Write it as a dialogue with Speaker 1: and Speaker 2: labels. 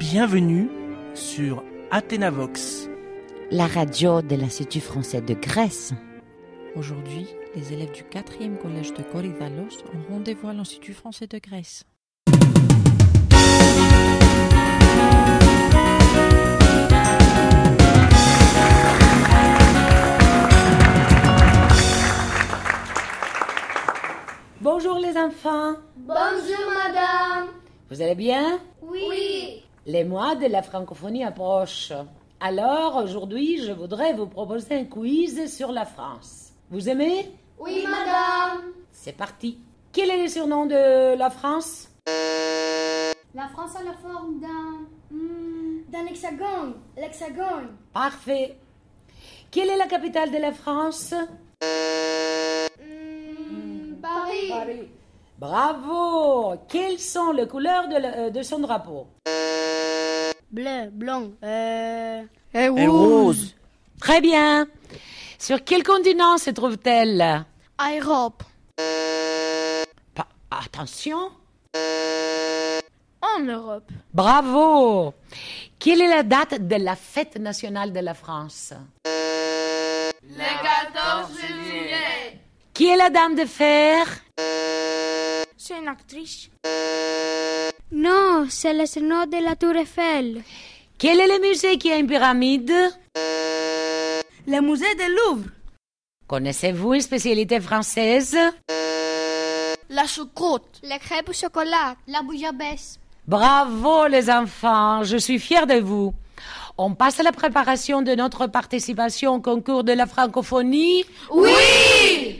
Speaker 1: Bienvenue sur Athénavox.
Speaker 2: la radio de l'Institut français de Grèce.
Speaker 3: Aujourd'hui, les élèves du 4e collège de Korydallos ont rendez-vous à l'Institut français de Grèce.
Speaker 4: Bonjour les enfants,
Speaker 5: Bonjour madame.
Speaker 4: vous allez bien
Speaker 5: Oui.
Speaker 4: Les mois de la francophonie approchent. Alors aujourd'hui, je voudrais vous proposer un quiz sur la France. Vous aimez
Speaker 5: Oui madame.
Speaker 4: C'est parti. Quel est le surnom de la France
Speaker 5: La France a la forme d'un hmm, d'un hexagone. L'hexagone.
Speaker 4: Parfait. Quelle est la capitale de la France
Speaker 5: Hmm, Paris.
Speaker 4: Bravo. Quelles sont les couleurs de, la- euh, de son drapeau
Speaker 6: Bleu, blanc, euh...
Speaker 1: Et Rose.
Speaker 4: Très bien. Sur quel continent se trouve-t-elle
Speaker 6: Europe.
Speaker 4: Pa- Attention.
Speaker 6: En Europe.
Speaker 4: Bravo Quelle est la date de la fête nationale de la France Le 14 juillet. Qui est la dame de fer
Speaker 6: C'est une actrice.
Speaker 7: Non, Oh, c'est le surnom de la Tour Eiffel.
Speaker 4: Quel est le musée qui a une pyramide
Speaker 6: Le musée de Louvre.
Speaker 4: Connaissez-vous une spécialité française
Speaker 6: La choucroute.
Speaker 7: La crêpe au chocolat, la bouillabaisse.
Speaker 4: Bravo les enfants, je suis fière de vous. On passe à la préparation de notre participation au concours de la francophonie.
Speaker 6: Oui